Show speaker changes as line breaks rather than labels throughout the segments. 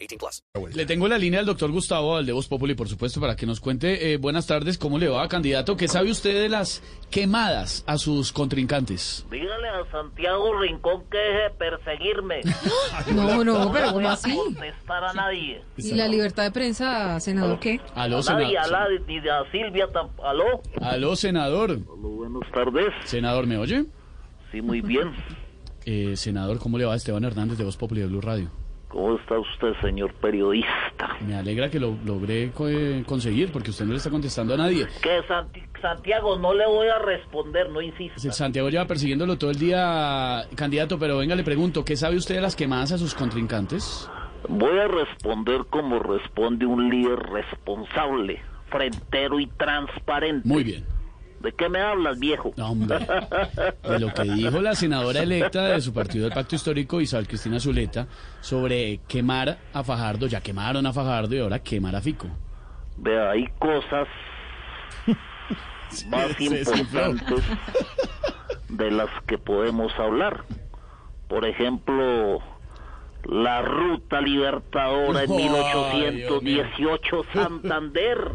18 plus.
Le tengo la línea al doctor Gustavo al de Voz Populi, por supuesto, para que nos cuente. eh, buenas tardes, ¿cómo le va, candidato? ¿Qué sabe usted de las quemadas a sus contrincantes?
Dígale a Santiago Rincón que deje de perseguirme.
No, no, pero ¿cómo
No
así?
contestar a nadie.
¿Y la libertad de prensa, senador, qué?
Aló,
A nadie, a
senador.
nadie, ni a Silvia tampoco. ¿Aló?
Aló, senador.
Aló, buenas tardes.
Senador, ¿me oye?
Sí, muy bien.
Eh, senador, ¿cómo le va Esteban Hernández de Voz Populi de Blue Radio?
¿Cómo está usted, señor periodista?
Me alegra que lo logré co- eh, conseguir, porque usted no le está contestando a nadie.
Que Santi- Santiago, no le voy a responder, no insista.
Santiago lleva persiguiéndolo todo el día, candidato, pero venga, le pregunto, ¿qué sabe usted de las quemadas a sus contrincantes?
Voy a responder como responde un líder responsable, frentero y transparente.
Muy bien.
¿De qué me hablas, viejo?
No, hombre. De lo que dijo la senadora electa de su partido del Pacto Histórico, Isabel Cristina Zuleta, sobre quemar a Fajardo, ya quemaron a Fajardo y ahora quemar a Fico.
Vea, hay cosas más
sí, sí, claro.
importantes de las que podemos hablar. Por ejemplo, la ruta libertadora en
Ay,
1818 Santander,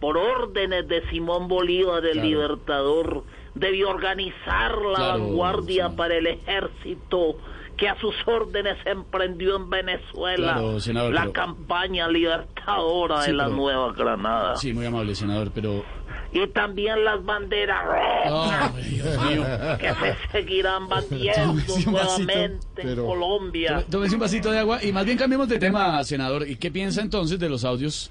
por órdenes de Simón Bolívar, el
Claro.
libertador, debió organizar la
Claro,
vanguardia
sí.
para el ejército que a sus órdenes emprendió en Venezuela
Claro, senador,
la
pero-
campaña libertadora
Sí,
de la
pero-
Nueva Granada.
Sí, muy amable, senador, pero.
Y también las banderas rojas
¡Oh, hombre, Dios mío!
que se seguirán batiendo
Tómese un vasito,
nuevamente en
pero-
Colombia.
Tómese un vasito de agua y más bien cambiemos de tema, senador. ¿Y qué piensa entonces de los audios?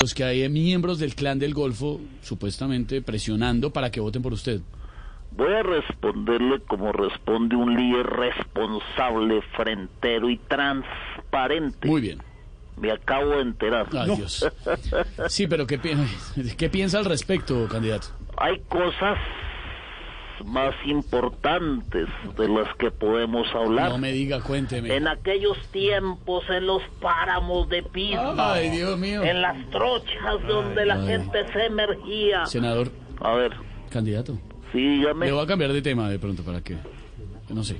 Los que hay eh, miembros del clan del Golfo, supuestamente presionando para que voten por usted.
Voy a responderle como responde un líder responsable, frentero y transparente.
Muy bien.
Me acabo de enterar.
Ay, Dios. Sí, pero ¿qué, pi- ¿qué piensa al respecto, candidato?
Hay cosas más importantes de las que podemos hablar.
No me diga, cuénteme.
En aquellos tiempos, en los páramos de Pisma,
Ay, Dios mío.
en las trochas donde la
Ah. ay.
gente se emergía.
Senador,
A ver,
candidato.
sí,
Le
dígame.
voy a cambiar de tema de pronto para que. No sé.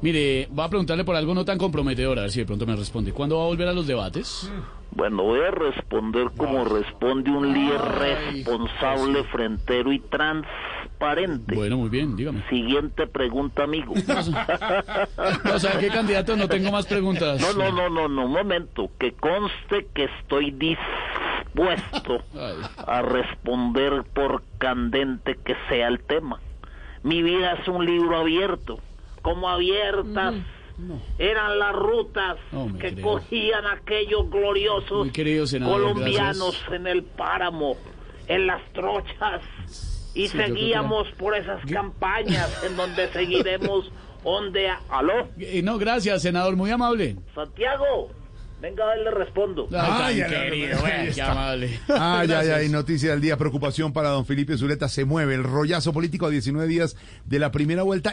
Mire, voy a preguntarle por algo no tan comprometedor, a ver si de pronto me responde. ¿Cuándo va a volver a los debates?
Bueno, voy a responder como responde un líder responsable, frentero y transparente.
Bueno, muy bien, dígame.
Siguiente pregunta, amigo.
O sea, ¿qué candidato? No tengo más preguntas.
No, no, no, no, no, un momento. Que conste que estoy dispuesto
Ay.
a responder por candente que sea el tema. Mi vida es un libro abierto. Como abiertas eran las rutas
No me
que
creo.
cogían aquellos gloriosos
Muy querido senador,
colombianos
gracias.
en el páramo, en las trochas.
Sí,
Y
yo creo que-
seguíamos por esas campañas en donde seguiremos ondea. ¿Aló?
Eh, no, gracias, senador, muy amable.
Santiago, venga, a ver, le respondo.
Ay,
Ay,
tan
ya,
querido, eh,
ya, ya, ya
qué
está. Ah,
amable.
Ay, ay,
Gracias.
ay, noticia del día, preocupación para don Felipe Zuleta, se mueve el rollazo político a 19 días de la primera vuelta.